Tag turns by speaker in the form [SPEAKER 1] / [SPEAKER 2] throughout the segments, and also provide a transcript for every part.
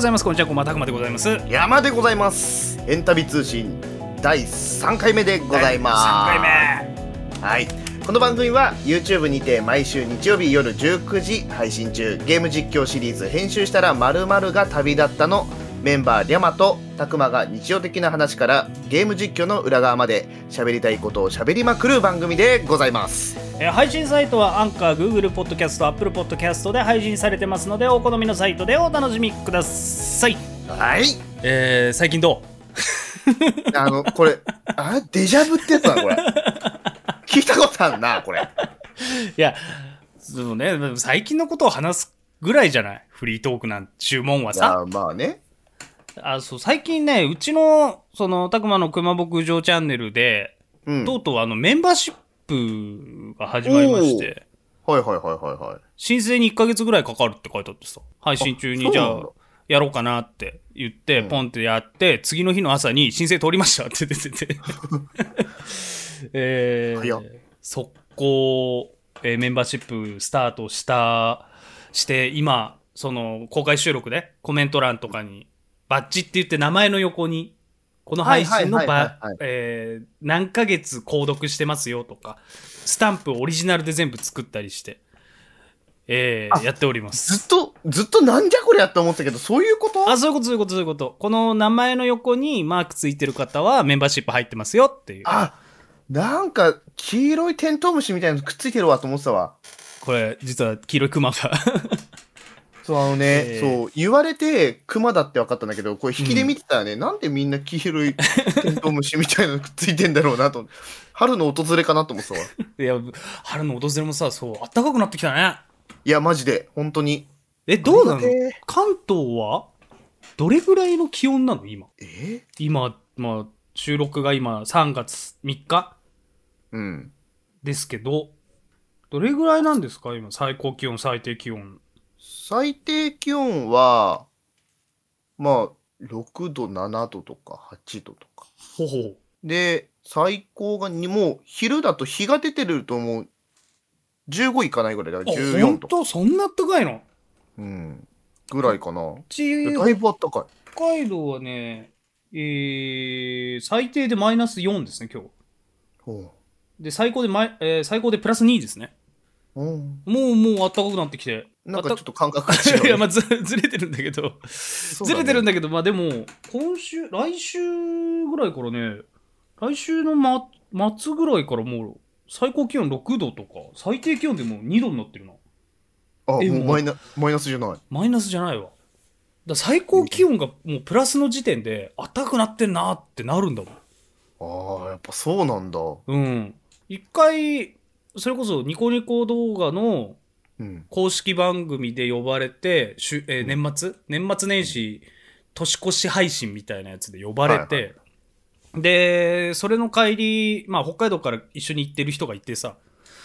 [SPEAKER 1] ざいますこんにちはこんばんはたくまでございます
[SPEAKER 2] 山でございますエンタビ通信第3回目でございます
[SPEAKER 1] 3回目
[SPEAKER 2] はいこの番組は YouTube にて毎週日曜日夜19時配信中ゲーム実況シリーズ編集したら〇〇が旅立ったのメンバーリャマとタクマが日常的な話からゲーム実況の裏側まで喋りたいことを喋りまくる番組でございます
[SPEAKER 1] えー配信サイトはアンカー Google ポッドキャスト Apple ポッドキャストで配信されてますのでお好みのサイトでお楽しみください
[SPEAKER 2] はい
[SPEAKER 1] えー、最近ど
[SPEAKER 2] あのこれあデジャブってやつだなこれ聞いたことあるなこれ
[SPEAKER 1] ういやそうね最近のことを話すぐらいじゃないフリートークなん注文はさ
[SPEAKER 2] あまあね
[SPEAKER 1] あそう最近ねうちのそのたくまの熊牧場チャンネルで、
[SPEAKER 2] うん
[SPEAKER 1] とうとうあのメンバーシップが始まりまして
[SPEAKER 2] はいはいはいはいはい
[SPEAKER 1] 申請に1ヶ月ぐらいかかるって書いてあってさ配信中に
[SPEAKER 2] あ
[SPEAKER 1] じゃ
[SPEAKER 2] そうなん
[SPEAKER 1] あ
[SPEAKER 2] だ
[SPEAKER 1] やろうかなって言って、ポンってやって次の日の朝に申請通りましたって出て てえ
[SPEAKER 2] 早っ
[SPEAKER 1] ー、速攻、えーメンバーシップスタートしたして今その公開収録でコメント欄とかにバッジって言って名前の横にこの配信の
[SPEAKER 2] はいはい
[SPEAKER 1] ば
[SPEAKER 2] はいはいはい、
[SPEAKER 1] えー何ヶ月購読してますよとか、スタンプをオリジナルで全部作ったりして、えー
[SPEAKER 2] あ
[SPEAKER 1] やっておりま
[SPEAKER 2] ずっ
[SPEAKER 1] す。
[SPEAKER 2] と、ずっとなんじゃこりゃって思ってたけど、そういうこと
[SPEAKER 1] あ、そういうこと、そういうこと、そういうこと。この名前の横にマークついてる方はメンバーシップ入ってますよっていう。
[SPEAKER 2] あなんか、黄色いテントウムシみたいなのくっついてるわと思ってたわ。
[SPEAKER 1] これ、実は黄色いクマが。
[SPEAKER 2] そう、あのね、
[SPEAKER 1] えー
[SPEAKER 2] そう、言われて、クマだって分かったんだけど、これ引きで見てたらね、なんでみんな黄色いテントウムシみたいなのくっついてんだろうなと思って。春の訪れかなと思ってたわ。
[SPEAKER 1] いや、春の訪れもさ、そう、暖かくなってきたね。
[SPEAKER 2] いや、マジで、本当に。
[SPEAKER 1] え、どうなの
[SPEAKER 2] ありがて
[SPEAKER 1] 関東はどれぐらいの気温なの今。
[SPEAKER 2] えー
[SPEAKER 1] 今、まあ、収録が今3月3日
[SPEAKER 2] うん。
[SPEAKER 1] ですけど、どれぐらいなんですか今、最高気温、最低気温。
[SPEAKER 2] 最低気温は、まあ、6度、7度とか、8度とか。
[SPEAKER 1] ほほ。
[SPEAKER 2] で、最高がに、もう昼だと日が出てるともう15いかないぐらいだから
[SPEAKER 1] あ、ほん
[SPEAKER 2] 14とか。
[SPEAKER 1] とそんな暖かいの
[SPEAKER 2] うん。ぐらいかな。
[SPEAKER 1] うち、
[SPEAKER 2] だいぶあったかい。
[SPEAKER 1] 北海道はね、えー、最低でマイナス4ですね、今日。
[SPEAKER 2] ほ
[SPEAKER 1] で、最高でマイ、えー最高でプラス2ですね。
[SPEAKER 2] ううん。
[SPEAKER 1] もう、もう暖かくなってきて。
[SPEAKER 2] なんかちょっ
[SPEAKER 1] と
[SPEAKER 2] と感覚が違うね、
[SPEAKER 1] いや、まあ、ずずれてるんだけど、
[SPEAKER 2] そう
[SPEAKER 1] ず
[SPEAKER 2] だね
[SPEAKER 1] れてるんだけど、まあでも、今週、来週ぐらいからね、来週の、ま、末ぐらいからもう、最高気温6度とか、最低気温でも2度になってるな。
[SPEAKER 2] あ、も
[SPEAKER 1] え
[SPEAKER 2] う
[SPEAKER 1] もう
[SPEAKER 2] マイナマイナスじゃない。
[SPEAKER 1] マイナスじゃないわ。だ最高気温がもうプラスの時点で、あったくなってんなってなるんだもん。
[SPEAKER 2] ああ、やっぱそうなんだ。う
[SPEAKER 1] うん。一回、それこそニコニコ動画の
[SPEAKER 2] ん。
[SPEAKER 1] 公式番組で呼ばれて、しゅえー年末年末年始、年越し配信みたいなやつで呼ばれて、
[SPEAKER 2] はい
[SPEAKER 1] で、それの帰り、まあ北海道から一緒に行ってる人がいてさ、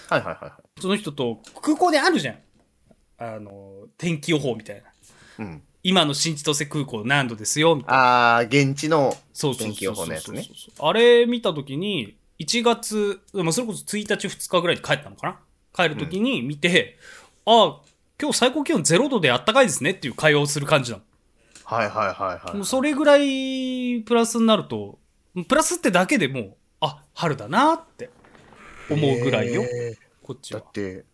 [SPEAKER 2] はいはいはいは
[SPEAKER 1] その人と空港であるじゃん。あの、天気予報みたいな。
[SPEAKER 2] い。うん。
[SPEAKER 1] 今の新千歳空港何度ですよ、みたいな。
[SPEAKER 2] ああ、現地の。
[SPEAKER 1] そうそうそうそう
[SPEAKER 2] 天気予報のやつね。
[SPEAKER 1] あれ見たときに、1月、まあ、それこそ1日、2日ぐらいで帰ったのかな帰るときに見て、ああ、今日最高気温0度であったかいですねっていう会話をする感じなの。
[SPEAKER 2] はいはいはいはい。
[SPEAKER 1] もうそれぐらいプラスになると、プラスってだけでもう、あ、春だなって思うぐらいよ、
[SPEAKER 2] え
[SPEAKER 1] こっち
[SPEAKER 2] ーだ
[SPEAKER 1] は
[SPEAKER 2] っ。て、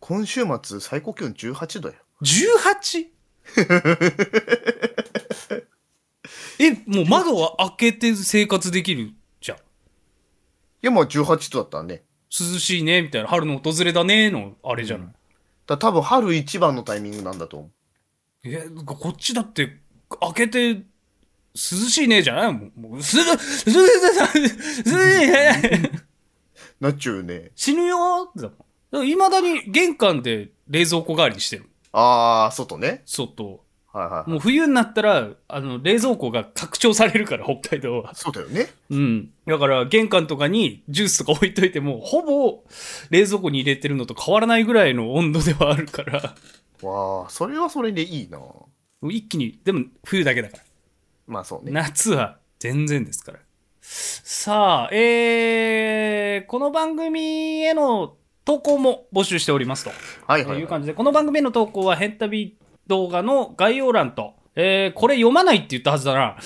[SPEAKER 2] 今週末最高気温18度よ。
[SPEAKER 1] 18? え、もう窓は開けて生活できるじゃん。
[SPEAKER 2] いや、まあ18度だったんで。
[SPEAKER 1] 涼しいね、みたいな、春の訪れだね、の、あれじゃない。
[SPEAKER 2] だから多分春一番のタイミングなんだと思う。
[SPEAKER 1] え、こっちだって、開けて、涼しいね、じゃないもう、もう、す、涼しい、涼しいね、
[SPEAKER 2] なっちゅうね。
[SPEAKER 1] 死ぬよーってだもん。だから未だに玄関で冷蔵庫代わりにしてる。
[SPEAKER 2] ああ、外ね。
[SPEAKER 1] 外。
[SPEAKER 2] はいはいはい。
[SPEAKER 1] もう冬になったら、あの、冷蔵庫が拡張されるから、北海道は。
[SPEAKER 2] そうだよね。
[SPEAKER 1] うん。だから、玄関とかにジュースとか置いといても、ほぼ冷蔵庫に入れてるのと変わらないぐらいの温度ではあるから、
[SPEAKER 2] わあ、それはそれでいいな。
[SPEAKER 1] 一気に、でも冬だけだから。
[SPEAKER 2] まあそうね。
[SPEAKER 1] 夏は全然ですから。さあ、えー、この番組への投稿も募集しておりますと
[SPEAKER 2] はいはいい、
[SPEAKER 1] う感
[SPEAKER 2] はい。
[SPEAKER 1] じで、この番組への投稿は、ヘンタビ動画の概要欄と、えー、これ読まないって言ったはずだな。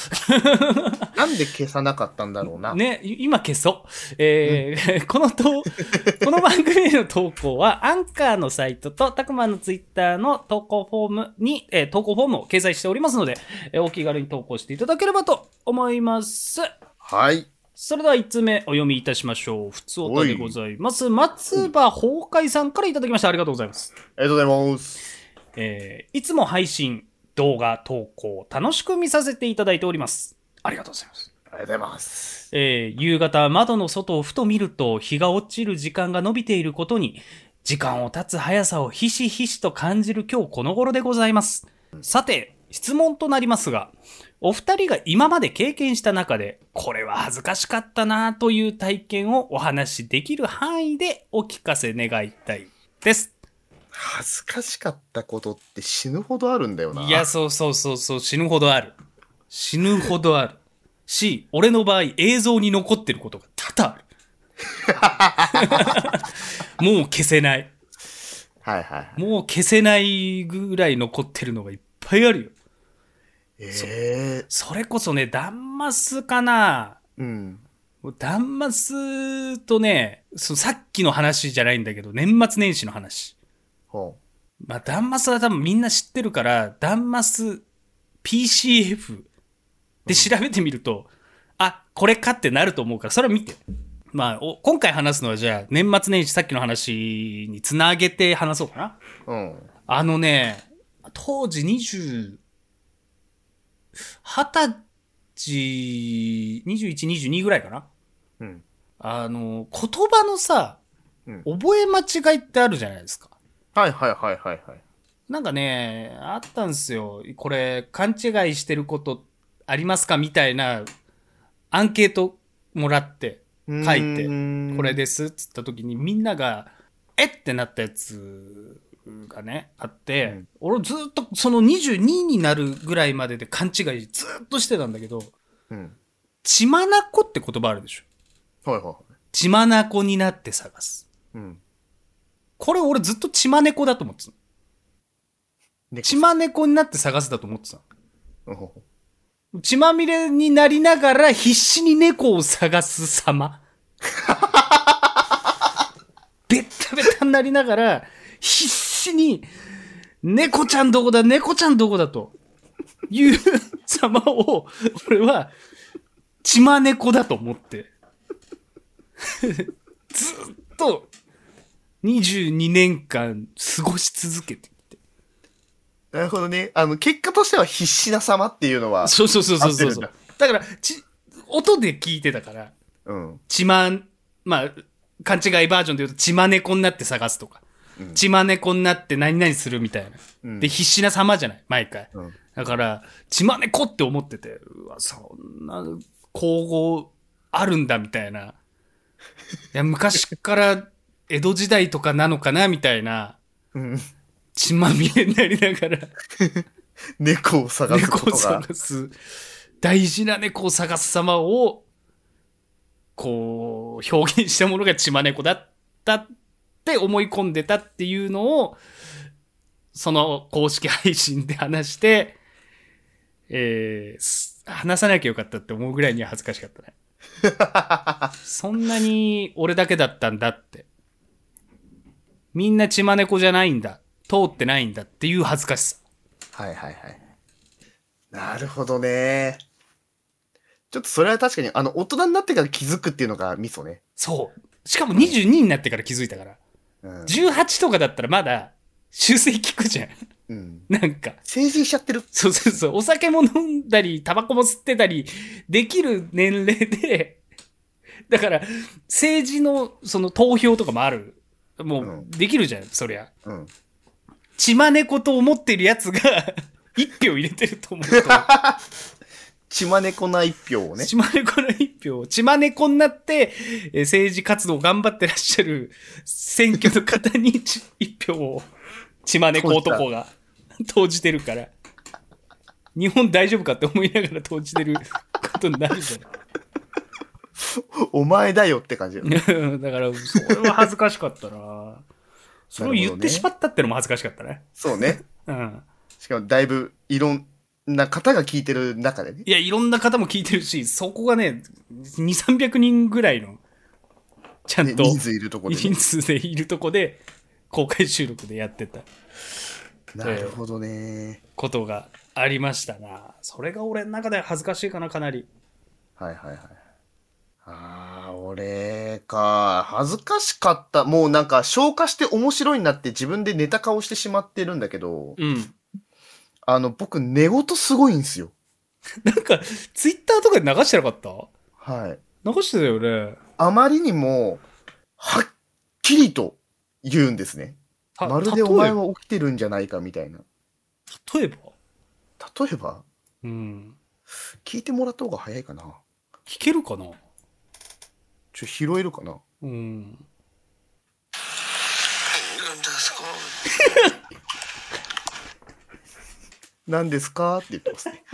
[SPEAKER 2] なんで消さなかったんだろうな。
[SPEAKER 1] ね、い今消そう。えー このと、この番組への投稿は、アンカーのサイトと、たくまのツイッターの投稿フォームに、えー投稿フォームを掲載しておりますので、えーお気軽に投稿していただければと思います。
[SPEAKER 2] はい。
[SPEAKER 1] それでは1つ目お読みいたしましょう。普通おたでございます。松葉崩壊さんからいただきました。ありがとうございます。
[SPEAKER 2] ありがとうございます。
[SPEAKER 1] えーいつも配信、動画、投稿、楽しく見させていただいております。ありがとうございます。
[SPEAKER 2] ありがとうございます。
[SPEAKER 1] えー夕方窓の外をふと見ると日が落ちる時間が伸びていることに時間を経つ速さをひしひしと感じる今日この頃でございますさて質問となりますがお二人が今まで経験した中でこれは恥ずかしかったなという体験をお話しできる範囲でお聞かせ願いたいです
[SPEAKER 2] 恥ずかしかったことって死ぬほどあるんだよな。
[SPEAKER 1] いや、そうそうそうそう、死ぬほどある。死ぬほどある。し、俺の場合、映像に残ってることが多々ある。もう消せない。
[SPEAKER 2] はいはいはい。
[SPEAKER 1] もう消せないぐらい残ってるのがいっぱいあるよ。
[SPEAKER 2] ええ
[SPEAKER 1] それこそね、ダンマスかな
[SPEAKER 2] うん。
[SPEAKER 1] ダンマスとね、そのさっきの話じゃないんだけど、年末年始の話。
[SPEAKER 2] ほ
[SPEAKER 1] まあ、ダンマスは多分みんな知ってるから、ダンマス PCF で調べてみると、あ、これかってなると思うから、それは見て。まあ、お今回話すのはじゃあ、年末年始さっきの話につなげて話そうかな。
[SPEAKER 2] う。うん。
[SPEAKER 1] あのね、当時20、20歳、21、22ぐらいかな。
[SPEAKER 2] うん。
[SPEAKER 1] あの、言葉のさ、
[SPEAKER 2] うん
[SPEAKER 1] 覚え間違いってあるじゃないですか。
[SPEAKER 2] はいはいはいはいはい。
[SPEAKER 1] なんかね、あったんすよ。これ、勘違いしてることありますかみたいな、アンケートもらって、書いて
[SPEAKER 2] うーん
[SPEAKER 1] これ。ですっつった時に、みんなが、えってなったやつがね、あって、
[SPEAKER 2] うん
[SPEAKER 1] 俺ずっとその22になるぐらいまでで勘違いずっとしてたんだけど、
[SPEAKER 2] うん。
[SPEAKER 1] 血眼って言葉あるでしょ。
[SPEAKER 2] はいはいはい。
[SPEAKER 1] 血眼になって探す。
[SPEAKER 2] うん。
[SPEAKER 1] これ俺ずっと血眼だと思ってたの。
[SPEAKER 2] で
[SPEAKER 1] 血眼になって探すだと思ってたの。
[SPEAKER 2] うんほうほ
[SPEAKER 1] 血まみれになりながら必死に猫を探す 様。ベッタベタになりながら必死に猫ちゃんどこだ猫ちゃんどこだという様を俺は血ま猫だと思って。 ずっと22年間過ごし続けてきて。
[SPEAKER 2] うなるほどね。あの、結果としては必死な様っていうのは、
[SPEAKER 1] そうそうそうそうそうそう
[SPEAKER 2] 合っ
[SPEAKER 1] だ。から、ち、音で聞いてたから、
[SPEAKER 2] うん。
[SPEAKER 1] 血まん、まあ、勘違いバージョンで言うと、血ま猫になって探すとか、
[SPEAKER 2] うん
[SPEAKER 1] 血ま猫になって何々するみたいな。
[SPEAKER 2] うん
[SPEAKER 1] で、必死な様じゃない、毎回。
[SPEAKER 2] うん
[SPEAKER 1] だから、血ま猫って思ってて、うわ、そんな、皇后あるんだ、みたいな。いや、昔から、江戸時代とかなのかな、みたいな。
[SPEAKER 2] うん。
[SPEAKER 1] 血まみれになりながら。
[SPEAKER 2] 猫を探すこと
[SPEAKER 1] 猫を
[SPEAKER 2] が。
[SPEAKER 1] 探す大事な猫を探す様をこう表現したものが血ま猫だったって思い込んでたっていうのをその公式配信で話して、えーす話さなきゃよかったって思うぐらいには恥ずかしかったね そんなに俺だけだったんだってみんな血ま猫じゃないんだ通ってないんだっていう恥ずかしさ
[SPEAKER 2] はいはいはい。なるほどね。ちょっとそれは確かに、あの、大人になってから気づくっていうのがミソね。
[SPEAKER 1] そう。しかも22になってから気づいたから。
[SPEAKER 2] うん。
[SPEAKER 1] 18とかだったらまだ修正効くじゃん。
[SPEAKER 2] うん、
[SPEAKER 1] なんか。
[SPEAKER 2] 成人しちゃってる。
[SPEAKER 1] そうそうそう。お酒も飲んだり、タバコも吸ってたり、できる年齢で、だから、政治のその投票とかもある。もう
[SPEAKER 2] う、ん
[SPEAKER 1] できるじゃん、そりゃ。
[SPEAKER 2] うん。
[SPEAKER 1] 血まねこと思ってるやつが、 一票入れてると思うと。
[SPEAKER 2] 血まねこな一票をね。
[SPEAKER 1] 血まねこの一票、血まねこになって、えー政治活動を頑張ってらっしゃる選挙の方にち一票を、血まねこ男が投じてるから、日本大丈夫かって思いながら投じてることになるじゃ
[SPEAKER 2] お前だよって感じだよね。
[SPEAKER 1] ん。だから、それは恥ずかしかったな。それを言ってしまったってのも恥ずかしかったね。
[SPEAKER 2] そうね。
[SPEAKER 1] うん。
[SPEAKER 2] しかもだいぶ異論、な方が聞いてる中でね。
[SPEAKER 1] いや、いろんな方も聞いてるし、そこがね、2、300人ぐらいの、ちゃ
[SPEAKER 2] ね
[SPEAKER 1] んと
[SPEAKER 2] 人数いるところで
[SPEAKER 1] 人
[SPEAKER 2] ね、
[SPEAKER 1] 数でいるとこで、公開収録でやってた
[SPEAKER 2] なるほどね。
[SPEAKER 1] ことがありましたな。それが俺の中で恥ずかしいかな、かなり。
[SPEAKER 2] はいはいはい。ああ、俺か。恥ずかしかった。もうなんか消化して面白いなって自分でネタ化をしてしまってるんだけど、
[SPEAKER 1] うん。
[SPEAKER 2] あの、僕寝言すごいんですよ。
[SPEAKER 1] なんか、ツイッターとかで流してなかった
[SPEAKER 2] はい。
[SPEAKER 1] 流してたよね。
[SPEAKER 2] あまりにも、はっきりと言うんですね。
[SPEAKER 1] た
[SPEAKER 2] まるでお前
[SPEAKER 1] 例えば
[SPEAKER 2] は起きてるんじゃないかみたいな。
[SPEAKER 1] 例えば
[SPEAKER 2] 例えば、
[SPEAKER 1] うん。
[SPEAKER 2] 聞いてもらった方が早いかな。
[SPEAKER 1] 聞けるかな
[SPEAKER 2] ちょ、拾えるかな。
[SPEAKER 1] うん。
[SPEAKER 3] なんですか
[SPEAKER 2] 何ですかって言っ てますね。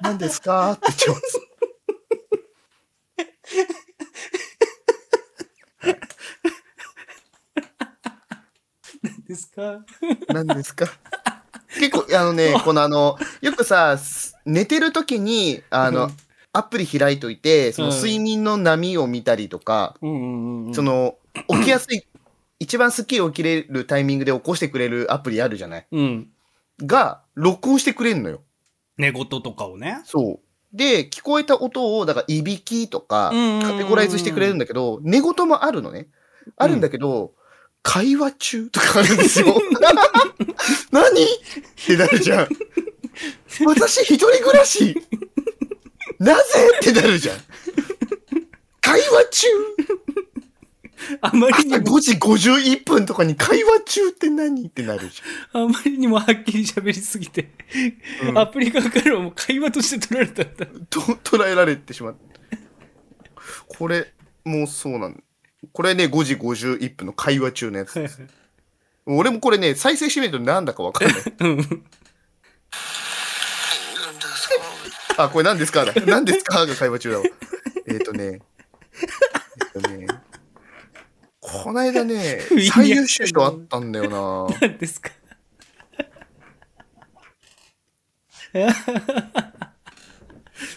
[SPEAKER 2] 何ですかって言ってます。
[SPEAKER 1] ですか
[SPEAKER 2] 何ですか 結構、あ のね、このあの、よくさ、す寝てる時に、あ
[SPEAKER 1] う
[SPEAKER 2] の
[SPEAKER 1] ん、
[SPEAKER 2] アプリ開いといて、その
[SPEAKER 1] うん
[SPEAKER 2] 睡眠の波を見たりとか、
[SPEAKER 1] うんうんうん。
[SPEAKER 2] そ、の、起きやすい、一番スッキリ起きれるタイミングで起こしてくれるアプリあるじゃない
[SPEAKER 1] うん。
[SPEAKER 2] が、録音してくれんのよ。
[SPEAKER 1] 寝言とかをね。
[SPEAKER 2] そう。で、聞こえた音を、だから、いびきとか、
[SPEAKER 1] うんうんうんうん
[SPEAKER 2] カテゴライズしてくれるんだけど、寝言もあるのね。あるんだけど、会話中とかあるんで すよ。何ってなるじゃん。私、一人暮らし。なぜってなるじゃん。会話 中
[SPEAKER 1] あまり
[SPEAKER 2] 朝
[SPEAKER 1] にも、
[SPEAKER 2] 5時51分とかに会話中って何ってなるじ
[SPEAKER 1] あまりにもはっきり喋りすぎて、
[SPEAKER 2] ゃん。うん
[SPEAKER 1] アプリ側からはもう会話として取られたんだ。
[SPEAKER 2] と 捉えられてしまってこれもそうなんこれね5時51分の会話中のやつです俺もこれね再生してみるとなんだかわか んない
[SPEAKER 1] う
[SPEAKER 3] な
[SPEAKER 1] ん。
[SPEAKER 3] んですか
[SPEAKER 2] あこれ何ですかだ何ですかが会話 中だわえっ、とねえっ、とねこないだね
[SPEAKER 1] 意味わかんない
[SPEAKER 2] 最優秀賞あったんだよな
[SPEAKER 1] 何ですか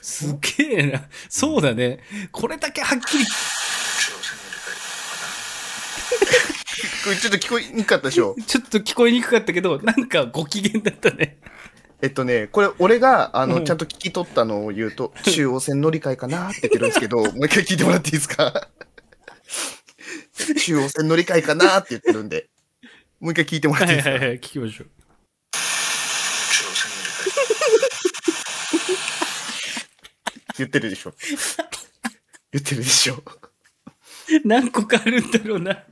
[SPEAKER 1] すげえな。そうだね。これだけはっきり。
[SPEAKER 3] 中央線の理解
[SPEAKER 2] これちょっと聞こえにくかったでしょ
[SPEAKER 1] ちょっと聞こえにくかったけど、なんかご機嫌だったね。
[SPEAKER 2] えっとね、これ、俺が、あ
[SPEAKER 1] う
[SPEAKER 2] の、
[SPEAKER 1] ん
[SPEAKER 2] ちゃんと聞き取ったのを言 うと、中央線乗り換えかなって言ってるんですけど、もう一回聞いてもらっていいですか中央線乗り換えかなって言ってるんで、もう一回聞いてもら
[SPEAKER 1] は
[SPEAKER 2] っていい
[SPEAKER 1] い
[SPEAKER 2] ですか、
[SPEAKER 1] はいはい、聞きましょう。
[SPEAKER 3] 中央線の理解
[SPEAKER 2] 言ってるでしょ。言ってるでしょ。
[SPEAKER 1] 何個かあるんだろうな。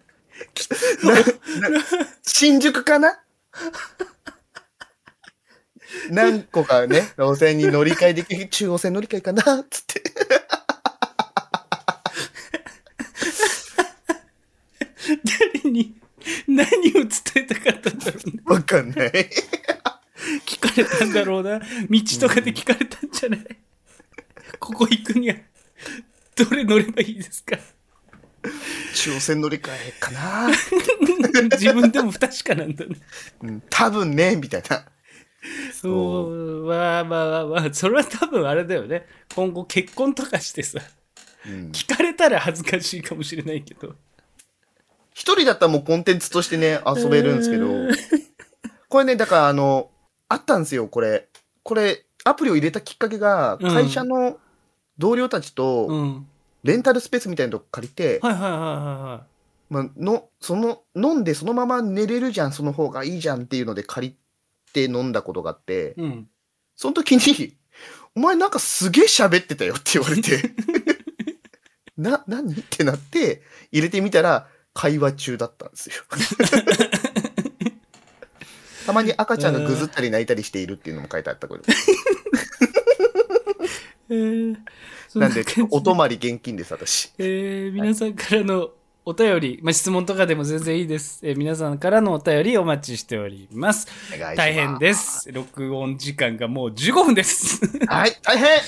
[SPEAKER 2] なな新宿かな何個かね、路線に乗り換えできる、中央線乗り換えかなっつって。
[SPEAKER 1] 誰に何を伝えたかったんだろうね。
[SPEAKER 2] わかんない。
[SPEAKER 1] 聞かれたんだろうな。道とかで聞かれたんじゃない、ここ行くには、どれ乗ればいいですか
[SPEAKER 2] 中央線乗り換えかな
[SPEAKER 1] 自分でも不確かなんだね。
[SPEAKER 2] うん、多分ね、みたいな。
[SPEAKER 1] うーわあまあまあまあ、それは多分あれだよね。今後結婚とかしてさ、
[SPEAKER 2] うん
[SPEAKER 1] 聞かれたら恥ずかしいかもしれないけど。
[SPEAKER 2] 一人だったらもうコンテンツとしてね、遊べるんですけど、これね、だからあの、あったんですよ、これ。これ、アプリを入れたきっかけが、
[SPEAKER 1] うん
[SPEAKER 2] 会社の同僚たち
[SPEAKER 1] う
[SPEAKER 2] と、
[SPEAKER 1] ん。
[SPEAKER 2] レンタルスペースみたいなとこ借りて、
[SPEAKER 1] はいはいはいは
[SPEAKER 2] まあの、その、飲んでそのまま寝れるじゃん、その方がいいじゃんっていうので借りて飲んだことがあって
[SPEAKER 1] い。、うん。
[SPEAKER 2] その時に、お前なんかすげえ喋ってたよって言われて、 な、何ってなって、入れてみたら、会話中だった んですよ。たまに赤ちゃんがぐずったり泣いたりしているっていうのも書いてあったけど、
[SPEAKER 1] えー、そ
[SPEAKER 2] なん で
[SPEAKER 1] 感じ、
[SPEAKER 2] お泊まり現金です、私。
[SPEAKER 1] えー皆さんからのお便り、まあ、質問とかでも全然いいです、えー皆さんからのお便りお待ちしております。
[SPEAKER 2] お願いします。
[SPEAKER 1] 大変で。す。録音時間がもう15分です。
[SPEAKER 2] はい、大変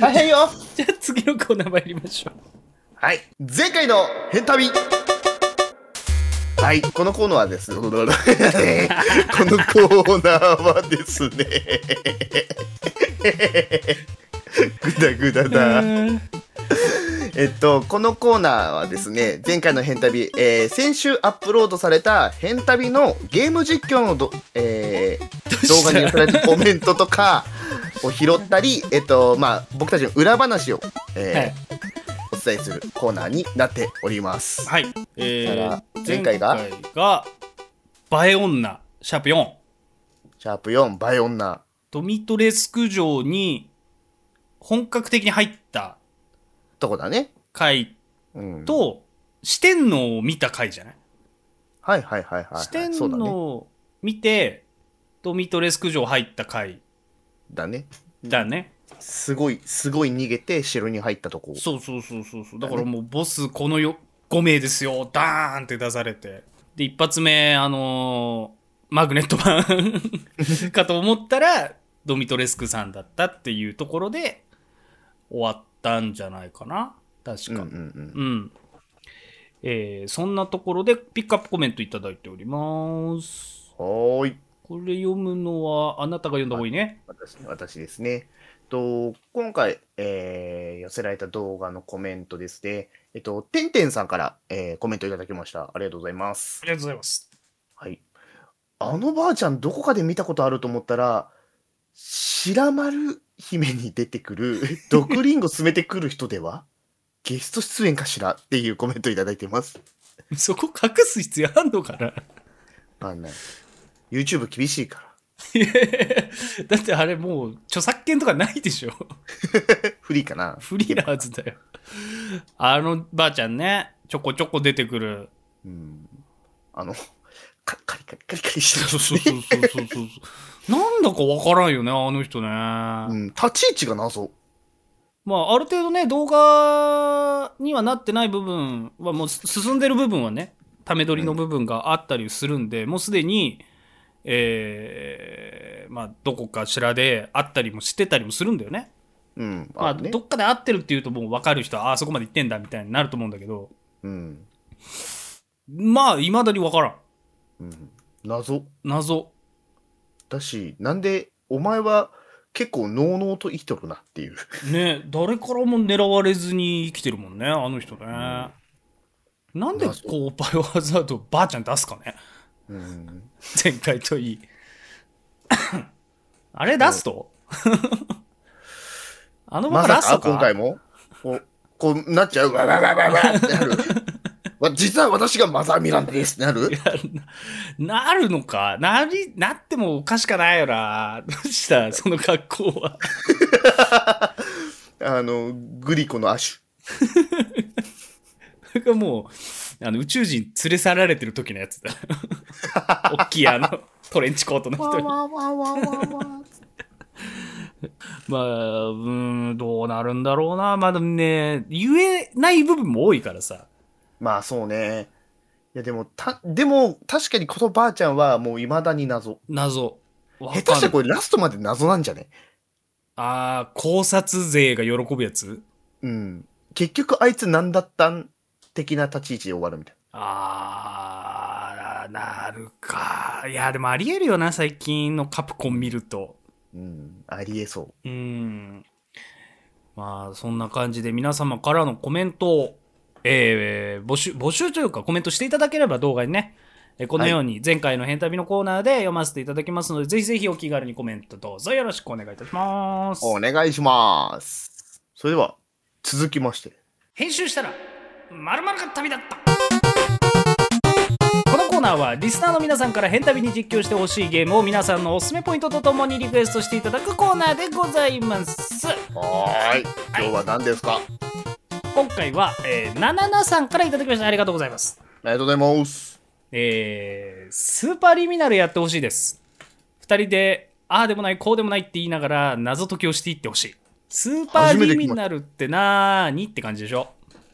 [SPEAKER 2] 大変よ
[SPEAKER 1] じゃあ次のコーナー参りましょう。
[SPEAKER 2] はい、前回の変旅はい、このコーナーはですね、 このコーナーはです ね、ぐだぐだだ。えっと、このコーナーはですね、前回の変旅、えー先週アップロードされた変旅のゲーム実況のど、えー動画に寄せられたコメントとか を拾ったり、えっと、まあ、僕たちの裏話を、えーお伝えするコーナーになっております。
[SPEAKER 1] はい。えー、
[SPEAKER 2] 前回が
[SPEAKER 1] 前回がバエ女、シャープ4。
[SPEAKER 2] シャープ4、バイ女。
[SPEAKER 1] ドミトレスク城に本格的に入った
[SPEAKER 2] とこだね。
[SPEAKER 1] 回
[SPEAKER 2] うん、
[SPEAKER 1] と、四天王を見た回じゃない
[SPEAKER 2] はいはいはいはいはい。
[SPEAKER 1] 四天
[SPEAKER 2] そうだ
[SPEAKER 1] 王
[SPEAKER 2] ね。
[SPEAKER 1] を見て、ドミトレスク城入った回
[SPEAKER 2] だね。
[SPEAKER 1] だね。
[SPEAKER 2] すごい、すごい逃げて城に入ったとこ。
[SPEAKER 1] そうそうそうそうそう。だからもうボスこのよ5名ですよ、ダーンって出されて。で、一発目、あのーマグネット版 かと思ったら、ドミトレスクさんだったっていうところで終わったんじゃないかな。確
[SPEAKER 2] うんう
[SPEAKER 1] か。
[SPEAKER 2] んうん。
[SPEAKER 1] うん。えーそんなところでピックアップコメントいただいております。
[SPEAKER 2] はーい。
[SPEAKER 1] これ読むのはあなたが読んだ方がいいね。
[SPEAKER 2] 私私ですね。と今回、えー寄せられた動画のコメントですね。えっと、てんてんさんから、えーコメントいただきました。ありがとうございます。
[SPEAKER 1] りがとうございます。
[SPEAKER 2] はい。あのばあちゃん、どこかで見たことあると思ったら、白丸姫に出て くる、毒リンゴ詰めてくる人ではゲスト出演かしらっていうコメントいただいてます。
[SPEAKER 1] そこ隠す必要あんのかな
[SPEAKER 2] あんない。YouTube 厳しいから。
[SPEAKER 1] いやいやいや だってあれもう著作権とかないでしょ
[SPEAKER 2] フリーかな
[SPEAKER 1] フリーなはずだよあのばあちゃんねちょこちょこ出てくる
[SPEAKER 2] うん。あの、カリカリカリカリカリしてる
[SPEAKER 1] そうそうそうそうそうそう なんだかわからんよねあの人ね、
[SPEAKER 2] うん、立ち位置が謎。
[SPEAKER 1] まあある程度ね動画にはなってない部分はもうす進んでる部分はねため撮りの部分があったりするんで、もうすでにえーまあどこかしらであったりもしてたりもするんだよね
[SPEAKER 2] うん、
[SPEAKER 1] まあ、
[SPEAKER 2] るね
[SPEAKER 1] どっかで合ってるっていうともう分かる人はああそこまで行ってんだみたいになると思うんだけど
[SPEAKER 2] うん、
[SPEAKER 1] まあいまだに分からん
[SPEAKER 2] うん、謎
[SPEAKER 1] 謎
[SPEAKER 2] だし、なんで、お前は結構、のうのうと生きとるなっていう。
[SPEAKER 1] ね 誰からも狙われずに生きてるもんねあの人ね、なんで
[SPEAKER 2] 謎
[SPEAKER 1] こうバイオハザードばあちゃん出すかね
[SPEAKER 2] うん、
[SPEAKER 1] 前回と いいあれラスト あのまま
[SPEAKER 2] まさ
[SPEAKER 1] ラス
[SPEAKER 2] か、
[SPEAKER 1] トか、
[SPEAKER 2] 今回も、こう、こうなっちゃう、わわわわわって なる。わ実は私がマザーミランダですってなる。
[SPEAKER 1] なるのかなりなってもおかしかないよなどうしたその格好は
[SPEAKER 2] あの、グリコの亜種。
[SPEAKER 1] それがもう、あの宇宙人連れ去られてる時のやつだ。 大きいあの、トレンチコートの人に。まあ、うーん、どうなるんだろうな。まあでもね、言えない部分も多いからさ。
[SPEAKER 2] まあ、そうね。いや、でも、た、でも、確かにこのばあちゃんは、もう、未だに謎。
[SPEAKER 1] 謎。わ
[SPEAKER 2] 下手し
[SPEAKER 1] か
[SPEAKER 2] た
[SPEAKER 1] らん
[SPEAKER 2] これ、ラストまで謎なんじゃね
[SPEAKER 1] ああ、考察勢が喜ぶやつ
[SPEAKER 2] うん。結局、あいつ何だったん的な立ち位置で終わるみたい
[SPEAKER 1] ああ、なるか。いや、でもありえるよな、最近のカプコン見ると。
[SPEAKER 2] な。うん。ありえそう
[SPEAKER 1] ーん。まあ、そんな感じで皆様からのコメントを、えー募集、募集というかコメントしていただければ動画にね、えーこのように前回の変旅のコーナーで読ませていただきますので、ぜひぜひお気軽にコメントどうぞよろしくお願いいたします
[SPEAKER 2] う。。お願いします。それでは、続きまして。
[SPEAKER 1] 編集したら丸々が旅だったこのコーナーはリスナーの皆さんから変旅に実況してほしいゲームを皆さんのおすすめポイントとともにリクエストしていただくコーナーでございます。
[SPEAKER 2] はーい。今日は何ですか、あ
[SPEAKER 1] 今回は、えー、ナナナさんからいただきましたありがとうございます
[SPEAKER 2] りがとうございます。
[SPEAKER 1] えー、スーパーリミナルやってほしいです二人でああでもないこうでもないって言いながら謎解きをしていってほしいスーパーリミナルってなーにって感じでしょ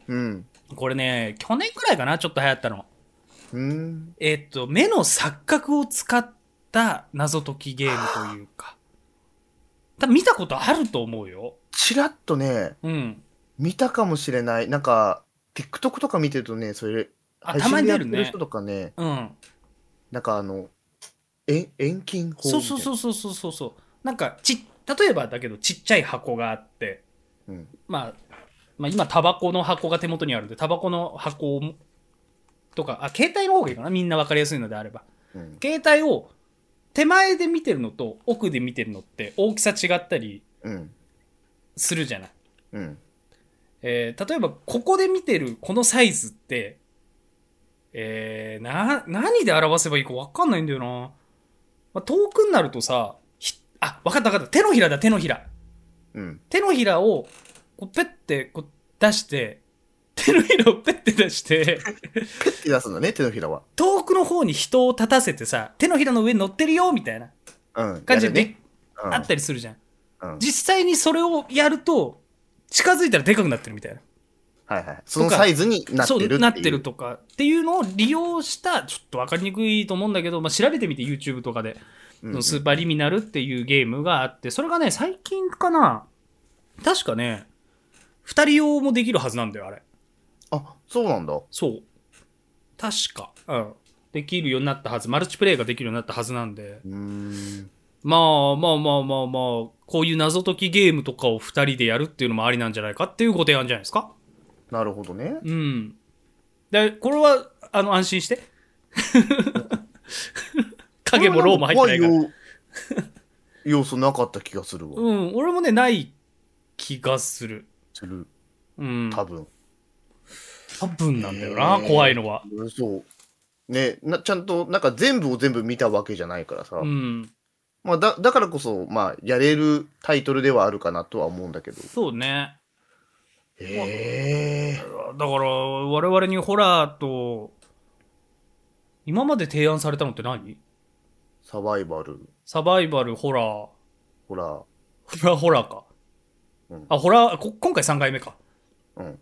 [SPEAKER 2] うん。
[SPEAKER 1] これね去年くらいかなちょっと流行ったの
[SPEAKER 2] うん。
[SPEAKER 1] えーっと目の錯覚を使った謎解きゲームというか多分見たことあると思うよ
[SPEAKER 2] ちらっとね、
[SPEAKER 1] うん
[SPEAKER 2] 見たかもしれない。なんか、TikTok とか見てるとね、それ、
[SPEAKER 1] あ、たまに出る
[SPEAKER 2] 配信でや
[SPEAKER 1] ね
[SPEAKER 2] ってる人。とかね、
[SPEAKER 1] うん。
[SPEAKER 2] なんかあの、え遠近法みたい
[SPEAKER 1] そ
[SPEAKER 2] な。
[SPEAKER 1] うそうそうそうそうそうそう。なんかち、例えばだけどちっちゃい箱があって、
[SPEAKER 2] うん。
[SPEAKER 1] まあ、まあ、今、タバコの箱が手元にあるんで、タバコの箱をとか、あ、携帯の方がいいかなみんなわかりやすいのであれば。
[SPEAKER 2] うん。
[SPEAKER 1] 携帯を手前で見てるのと奥で見てるのって大きさ違ったり
[SPEAKER 2] うん。
[SPEAKER 1] するじゃない。
[SPEAKER 2] うん。
[SPEAKER 1] えー例えば、ここで見てるこのサイズって、えーな、何で表せばいいか分かんないんだよな。まあ遠くになるとさ、ひあ、分かった分かった。手のひらだ、手のひら。
[SPEAKER 2] うん。
[SPEAKER 1] 手のひらを、こう、ペッて、こう、出して、手のひらをペッて出 して、
[SPEAKER 2] ペッて出すんだね、手のひらは。
[SPEAKER 1] 遠くの方に人を立たせてさ、手のひらの上に乗ってるよ、みたいな
[SPEAKER 2] うん。
[SPEAKER 1] 感じ
[SPEAKER 2] や
[SPEAKER 1] で、
[SPEAKER 2] るね。うん
[SPEAKER 1] あったりするじゃん。
[SPEAKER 2] うん。
[SPEAKER 1] 実際にそれをやると、近づいたらでかくなってるみたいな。
[SPEAKER 2] はいはい。そのサイズになってるって
[SPEAKER 1] そ
[SPEAKER 2] いうう。
[SPEAKER 1] なってるとかっていうのを利用したちょっと分かりにくいと思うんだけど、まあ、調べてみて YouTube とかで、
[SPEAKER 2] うん。
[SPEAKER 1] そのスーパーリミナルっていうゲームがあってそれがね最近かな確かね2人用もできるはずなんだよあれ
[SPEAKER 2] あ、そうなんだ。
[SPEAKER 1] そう確かうんできるようになったはずマルチプレイができるようになったはずなんで
[SPEAKER 2] うーん。
[SPEAKER 1] まあまあまあまあまあこういう謎解きゲームとかを2人でやるっていうのもありなんじゃないかっていうご提案じゃないですか
[SPEAKER 2] なるほどね。
[SPEAKER 1] うん。で、これは、あの、安心 して。影もローも入ってないから。
[SPEAKER 2] 怖いよ要素なかった気がするわ。
[SPEAKER 1] うん、俺もね、ない気がする。
[SPEAKER 2] する。
[SPEAKER 1] うん。
[SPEAKER 2] 多分。
[SPEAKER 1] 多分なんだよな、
[SPEAKER 2] うん
[SPEAKER 1] 怖いのは。
[SPEAKER 2] そう。ね、なちゃんと、なんか全部を全部見たわけじゃないからさ。
[SPEAKER 1] うん。
[SPEAKER 2] まあ、だだからこそ、まあ、やれるタイトルではあるかなとは思うんだけど。
[SPEAKER 1] そうね。
[SPEAKER 2] へえ
[SPEAKER 1] だから、我々にホラーと、今まで提案されたのって何
[SPEAKER 2] サバイバル、
[SPEAKER 1] サバイバル、ホラー、ホ
[SPEAKER 2] ほら、
[SPEAKER 1] ラー、ホ ラーか
[SPEAKER 2] うん。
[SPEAKER 1] あ、ホラー、こ今回3回目か。
[SPEAKER 2] うん、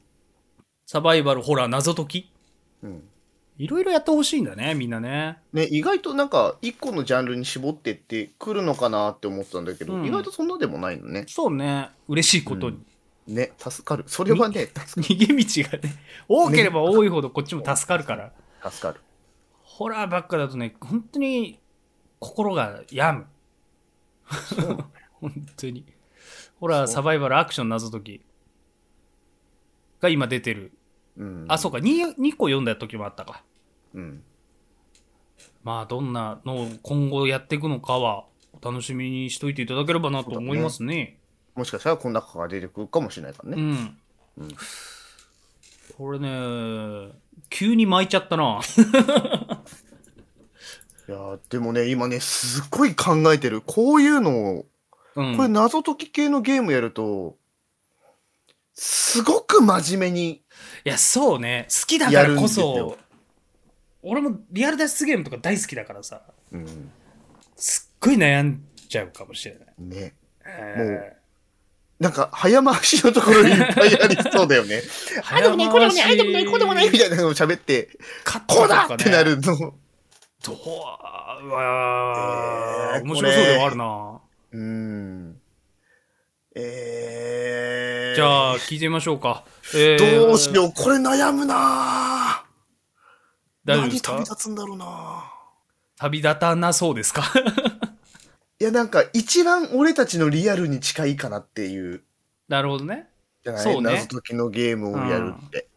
[SPEAKER 1] サバイバル、ホラー、謎解き。
[SPEAKER 2] うん。
[SPEAKER 1] いろいろやってほしいんだね、みんなね。
[SPEAKER 2] ね、意外となんか、一個のジャンルに絞ってってくるのかなって思ってたんだけど、
[SPEAKER 1] うん
[SPEAKER 2] 意外とそんなでもないのね。
[SPEAKER 1] そうね嬉しいことに、
[SPEAKER 2] ね、助かる。それはね、助
[SPEAKER 1] 逃げ道がね多ければ多いほどこっちも助かるから、
[SPEAKER 2] 助かる。
[SPEAKER 1] ホラーばっかだとね本当に心が病む本当にホラー
[SPEAKER 2] そう
[SPEAKER 1] サバイバルアクション謎解きが今出てる、
[SPEAKER 2] うん。
[SPEAKER 1] あそうか 2, 2個読んだ時もあったか
[SPEAKER 2] うん。
[SPEAKER 1] まあどんなのを今後やっていくのかはお楽しみにしといていただければなと思いますね
[SPEAKER 2] もしかしたらこの中から出てくるかもしれないから
[SPEAKER 1] う
[SPEAKER 2] ね。
[SPEAKER 1] ん
[SPEAKER 2] うん
[SPEAKER 1] これね急に巻いちゃった ない
[SPEAKER 2] やーでもね、今ね、すっごい考えてる。こういうのを、
[SPEAKER 1] うん
[SPEAKER 2] こういう謎解き系のゲームやると、すごく真面目に
[SPEAKER 1] いや、そうね。好きだからこ
[SPEAKER 2] やるんで
[SPEAKER 1] そ、俺もリアル脱出ゲームとか大好きだからさ、
[SPEAKER 2] うん、
[SPEAKER 1] すっごい悩んじゃうかもしれない。
[SPEAKER 2] ね。
[SPEAKER 1] も
[SPEAKER 2] なんか、早回しのところにいっぱいありそうだ よね。
[SPEAKER 1] う、
[SPEAKER 2] あ、でもね、これもね、あ、でもない、こうでもない、み
[SPEAKER 1] こ
[SPEAKER 2] たいなのを喋って、 こうだってな。るの。
[SPEAKER 1] どううわ
[SPEAKER 2] え
[SPEAKER 1] ー、
[SPEAKER 2] ー
[SPEAKER 1] 面白そうではあるな。
[SPEAKER 2] うん。えー。
[SPEAKER 1] じゃあ、聞いてみましょうか。えー
[SPEAKER 2] どうしよう、これ悩むなぁ
[SPEAKER 1] 大丈夫です
[SPEAKER 2] 何
[SPEAKER 1] か
[SPEAKER 2] 旅立つんだろうなぁ
[SPEAKER 1] 旅立たなそうですか
[SPEAKER 2] いや、なんか、一番俺たちのリアルに近いかなっていう、
[SPEAKER 1] なるほどね。
[SPEAKER 2] じゃない、
[SPEAKER 1] そうね
[SPEAKER 2] 謎解きのゲームをやるって。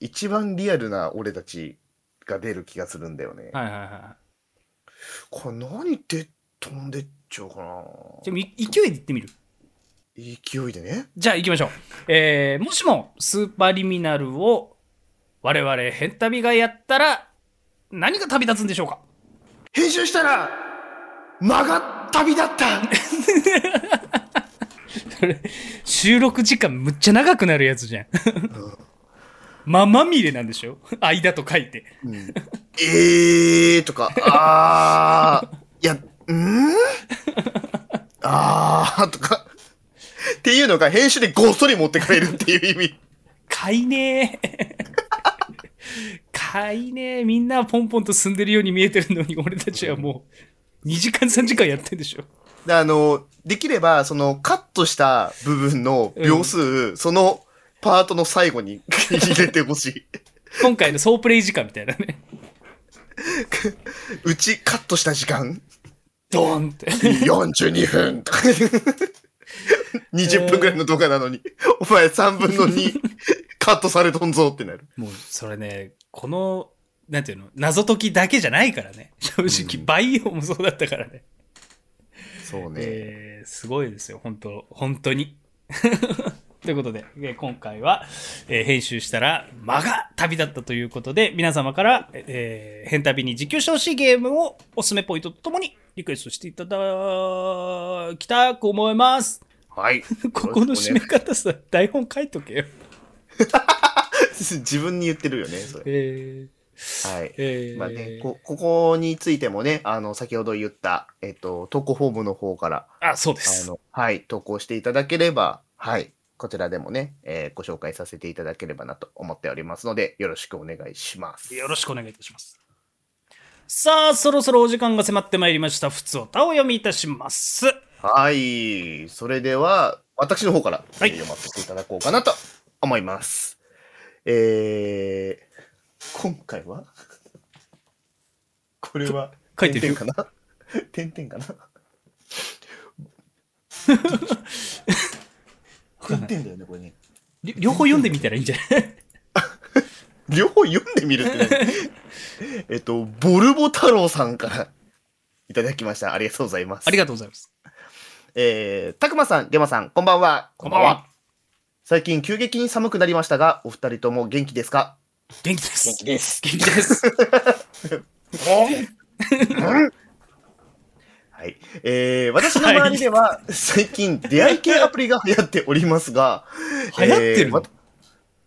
[SPEAKER 2] 一番リアルな俺たちが出る気がするんだよね。
[SPEAKER 1] はいはいは。
[SPEAKER 2] これ何で飛んでっちゃうかない
[SPEAKER 1] じゃあ、い勢いで行ってみる。
[SPEAKER 2] 勢いでね。
[SPEAKER 1] じゃあ行きましょう。えー、もしもスーパーリミナルを我々変旅がやったら何が旅立つんでしょうか
[SPEAKER 2] 編集したら、曲がったびだった
[SPEAKER 1] 収録時間むっちゃ長くなるやつじゃん。ままみれなんでしょ間と書いて。
[SPEAKER 2] えーとか、あー、いや、んーあーとか。っていうのが編集でごっそり持ってかれるっていう意味。
[SPEAKER 1] 買いねえ。買いねえ。みんなポンポンと進んでるように見えてるのに俺たちはもう2時間3時間やってんでしょ。
[SPEAKER 2] であの、できれば、その、カットした 部分の秒数、そのパートの最後に入れてほしい。
[SPEAKER 1] 今回の総プレイ時間みたいなね。
[SPEAKER 2] うちカットした時間
[SPEAKER 1] ドーンって。
[SPEAKER 2] 42分とか20分ぐらいの動画なのに、お前3分の2カットされとんぞってなる。
[SPEAKER 1] もう、それね、この、なんていうの、謎解きだけじゃないからね。正直、
[SPEAKER 2] うん
[SPEAKER 1] バイオもそうだったからね。
[SPEAKER 2] そうね。
[SPEAKER 1] えーすごいですよ、本当本当に。 ということで、えー今回は、えー編集したら間が旅立ったということで、皆様から、えー、変旅に実況してほしいゲームをおすすめポイントとともにリクエストしていただきたく思い ます。
[SPEAKER 2] はい。
[SPEAKER 1] ここの締め方さ、台本書いとけよ。
[SPEAKER 2] 自分に言ってるよね、それ。
[SPEAKER 1] え
[SPEAKER 2] はい。
[SPEAKER 1] えー
[SPEAKER 2] まあね、こここについてもね、あの、先ほど言った、えっと、投稿フォームの方から、
[SPEAKER 1] ーあ、そうで
[SPEAKER 2] あ
[SPEAKER 1] す。
[SPEAKER 2] の、はい、投稿していただければ、はい、こちらでもね、えーご紹介させていただければなと思っておりますので、よろしくお願いします。
[SPEAKER 1] よろしくお願いいたします。さあ、そろそろお時間が迫ってまいりました。普通歌を読みいたします。
[SPEAKER 2] はい、それでは、私の方から、
[SPEAKER 1] はい
[SPEAKER 2] えー読ませていただこうかなと思います。えー、今回は これは、
[SPEAKER 1] 書いてるよ
[SPEAKER 2] 点々かな 点々かな
[SPEAKER 1] かんない
[SPEAKER 2] 点々だよね、これね。
[SPEAKER 1] り両方読んでみたらいいんじゃない
[SPEAKER 2] 両方読んでみるってねえっと、ボルボ太郎さんからいただきました。ありがとうございま す。
[SPEAKER 1] ありがとうございます。
[SPEAKER 2] えー、たくまさん、げまさん、こんばんは。
[SPEAKER 1] こんばんは。
[SPEAKER 2] 最近急激に寒くなりましたが、お二人とも元気ですか
[SPEAKER 1] 元気です。元気
[SPEAKER 2] です。
[SPEAKER 1] です。
[SPEAKER 2] はい。えー、私の周りでは、最近出会い系アプリが流行っておりますが、
[SPEAKER 1] 流行ってるの
[SPEAKER 2] わ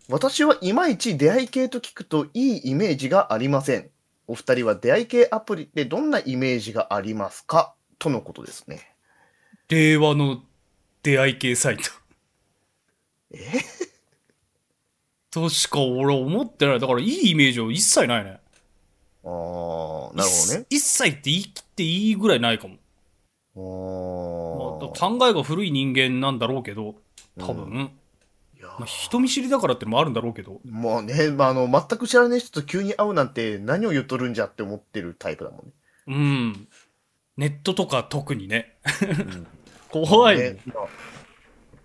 [SPEAKER 2] 私はいまいち出会い系と聞くといいイメージがありません。お二人は出会い系アプリってどんなイメージがありますかとのことですね。
[SPEAKER 1] 令和の出会い系サイト。
[SPEAKER 2] え
[SPEAKER 1] としか俺思ってない。だからいいイメージは一切ないね。
[SPEAKER 2] あー、なるほどね。
[SPEAKER 1] 一一切って言い切っていいぐらいないかも。まあ
[SPEAKER 2] おー
[SPEAKER 1] 考えが古い人間なんだろうけど、多分。
[SPEAKER 2] ういやー
[SPEAKER 1] まあ、人見知りだからってのもあるんだろうけど。
[SPEAKER 2] もうね、まあ、あの、全く知らない人と急に会うなんて何を言っとるんじゃって思ってるタイプだもんね。
[SPEAKER 1] うん。ネットとか特にね。 怖いね、
[SPEAKER 2] ねまあ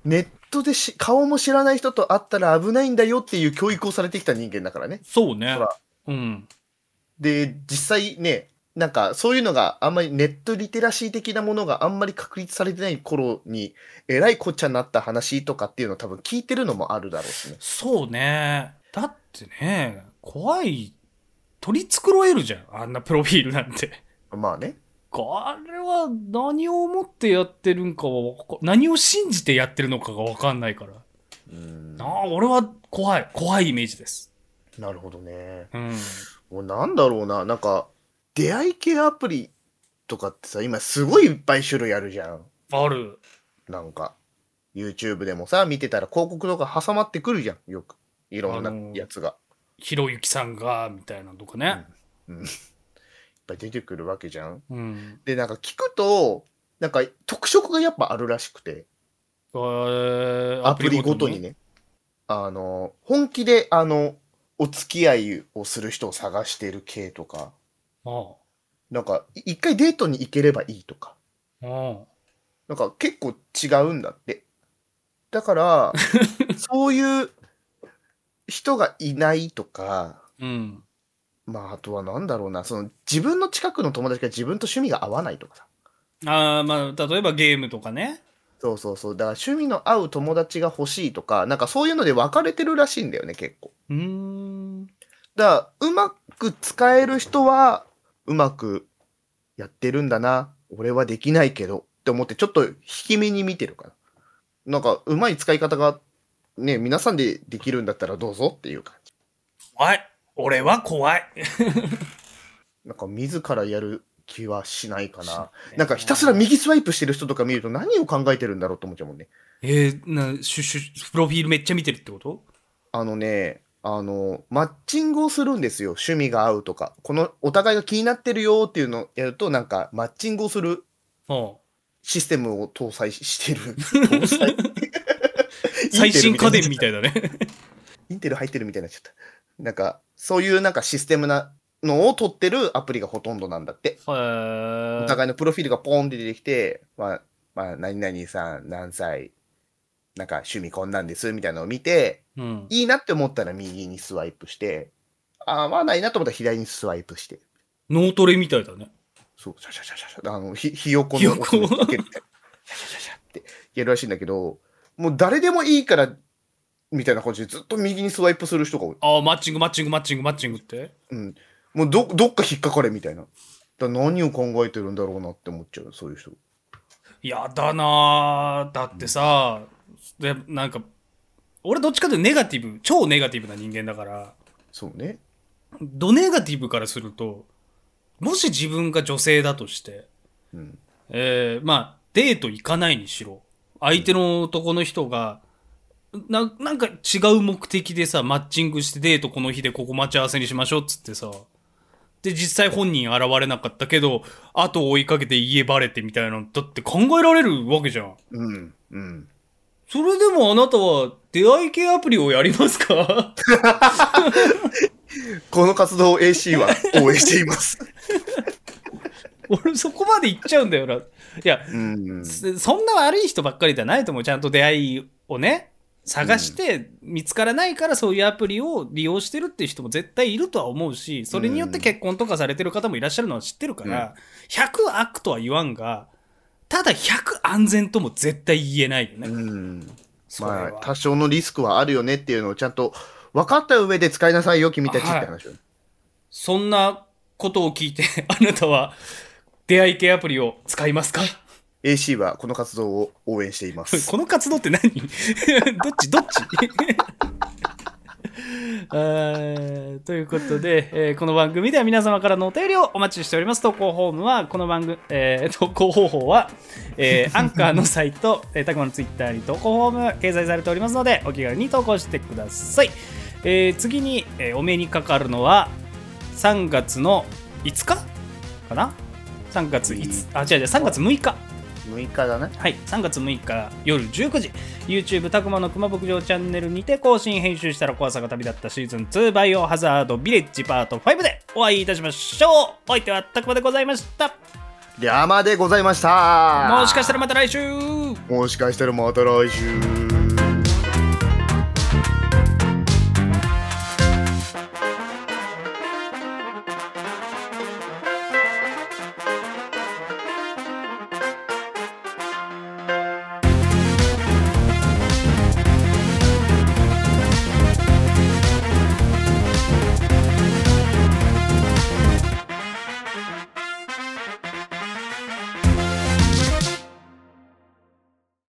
[SPEAKER 2] ネットでし顔も知らない人と会ったら危ないんだよっていう教育をされてきた人間だからね。
[SPEAKER 1] そうね
[SPEAKER 2] ほら。
[SPEAKER 1] うん。
[SPEAKER 2] で、実際ね、なんかそういうのがあんまりネットリテラシー的なものがあんまり確立されてない頃に、えらいこっちゃになった話とかっていうのを多分聞いてるのもあるだろうしね。
[SPEAKER 1] そうね。だってね、怖い。取り繕えるじゃん。あんなプロフィールなんて。
[SPEAKER 2] まあね。
[SPEAKER 1] これは何を思ってやってるんかはわか、何を信じてやってるのかがわかんないから。
[SPEAKER 2] うん
[SPEAKER 1] なあ、俺は怖い。怖いイメージです。
[SPEAKER 2] なるほどね。
[SPEAKER 1] うん。
[SPEAKER 2] もうなんだろうな、なんか、出会い系アプリとかってさ、今すごいいっぱい種類あるじゃん。
[SPEAKER 1] ある。
[SPEAKER 2] なんか、YouTube でもさ、見てたら広告とか挟まってくるじゃん、よく。いろんな
[SPEAKER 1] あのー
[SPEAKER 2] やつが。
[SPEAKER 1] ひろゆきさんが、みたいなのとかね。
[SPEAKER 2] いっぱい出てくるわけじゃん。
[SPEAKER 1] うん。
[SPEAKER 2] で、なんか聞くと、なんか特色がやっぱあるらしくて、
[SPEAKER 1] えー
[SPEAKER 2] アプリごとに。ね。あの、本気で、あの、お付き合いをする人を探してる系とか、
[SPEAKER 1] あ
[SPEAKER 2] なんか、い一回デートに行ければいいとか。
[SPEAKER 1] あ。あ
[SPEAKER 2] なんか結構違うんだって。だ から、そういう人がいないとか、
[SPEAKER 1] あ。うん。
[SPEAKER 2] まああとはなんだろうな、その自分の近くの友達が自分と趣味が合わないとかさ。
[SPEAKER 1] ああ、まあ、例えばゲームとかね。
[SPEAKER 2] そうそうそう。だから趣味の合う友達が欲しいとか、なんかそういうので分かれてるらしいんだよね、結構。
[SPEAKER 1] うーん。
[SPEAKER 2] だから、うまく使える人は、うまくやってるんだな。俺はできないけど。って思って、ちょっと引き目に見てるから。なんか、うまい使い方が、ね、皆さんでできるんだったらどうぞっていう感じ。
[SPEAKER 1] 怖い。俺は怖い。
[SPEAKER 2] なんか、自らやる気はしないか な。なんか、ひたすら右スワイプしてる人とか見ると何を考えてるんだろうと思っちゃうもんね。
[SPEAKER 1] えー、な、シュシュ、プロフィールめっちゃ見てるってこと
[SPEAKER 2] あのね、あの、マッチングをするんですよ。趣味が合うとか。この、お互いが気になってるよっていうのをやると、なんか、マッチングをする
[SPEAKER 1] ああ。
[SPEAKER 2] システムを搭載してる。搭載
[SPEAKER 1] 最新家電みたいだね。
[SPEAKER 2] インテル入ってるみたいになっちゃっなんか、そういうなんかシステムなのを取ってるアプリがほとんどなんだって。
[SPEAKER 1] へ
[SPEAKER 2] お
[SPEAKER 1] ー
[SPEAKER 2] 互いのプロフィールがポーンって出てきて、まあ、まあ、何々さん、何歳、なんか趣味こんなんです、みたいなのを見て、
[SPEAKER 1] うん。
[SPEAKER 2] いいなって思ったら右にスワイプして、ああ、まあないなと思ったら左にスワイプして、
[SPEAKER 1] 脳トレみたいだね。
[SPEAKER 2] そう、シャシャシャシャシャ、あの、ひ、ひよこ
[SPEAKER 1] ひ
[SPEAKER 2] の
[SPEAKER 1] よこ
[SPEAKER 2] お酢にかけるみたいなシャシャシャシャってやるらしいんだけど、もう誰でもいいから、みたいな感じでずっと右にスワイプする人が多い。
[SPEAKER 1] ああ、マッチングマッチングマッチングマッチングって。
[SPEAKER 2] うん。もうど、どっか引っかかれみたいな。だから何を考えてるんだろうなって思っちゃう、そういう人。
[SPEAKER 1] やだなーだってさ、で、なんか、俺どっちかというとネガティブ、超ネガティブな人間だから、
[SPEAKER 2] そうね。
[SPEAKER 1] ドネガティブからすると、もし自分が女性だとして、
[SPEAKER 2] うん。
[SPEAKER 1] えーまあ、デート行かないにしろ、相手の男の人が、ななんか違う目的でさ、マッチングしてデートこの日でここ待ち合わせにしましょうっつってさ、で、実際本人現れなかったけど、後を追いかけて家バレてみたいなの、だって考えられるわけじゃん。
[SPEAKER 2] うん。うん。
[SPEAKER 1] それでもあなたは出会い系アプリをやりますか
[SPEAKER 2] この活動を AC は応援しています。
[SPEAKER 1] 俺そこまで行っちゃうんだよな。いや、
[SPEAKER 2] うん。
[SPEAKER 1] そそんな悪い人ばっかりじゃないと思う。ちゃんと出会いをね、探して見つからないからそういうアプリを利用してるっていう人も絶対いるとは思うし、それによって結婚とかされてる方もいらっしゃるのは知ってるから、100悪とは言わんが、ただ100安全とも絶対言えないよね。
[SPEAKER 2] うん。
[SPEAKER 1] それは
[SPEAKER 2] まあ、多少のリスクはあるよねっていうのをちゃんと分かった上で使いなさいよ、君たちって話を。
[SPEAKER 1] そんなことを聞いて、あなたは出会い系アプリを使いますか
[SPEAKER 2] AC はこの活動を応援していま す。
[SPEAKER 1] この活動って何どっちどっち あーということで、えーこの番組では皆様からのお便りをお待ちしております。投稿フォームは、この番組、えー投稿方法は、えーアンカーのサイト、えー、たくまのツイッターに投稿フォーム掲載されておりますので、お気軽に投稿してください。えー次に、えーお目にかかるのは、3月の5日かな ?3 月5あ、違う違う、3月6日。
[SPEAKER 2] 6日だね。
[SPEAKER 1] はい、3月6日夜19時 YouTube たくまの熊牧場チャンネルにて更新編集したら怖さが旅立ったシーズン2バイオハザードビレッジパート5でお会いいたしましょうお相手はたくまでございました
[SPEAKER 2] 山でございました。
[SPEAKER 1] もしかしたらまた来週
[SPEAKER 2] もしかしたらまた来週。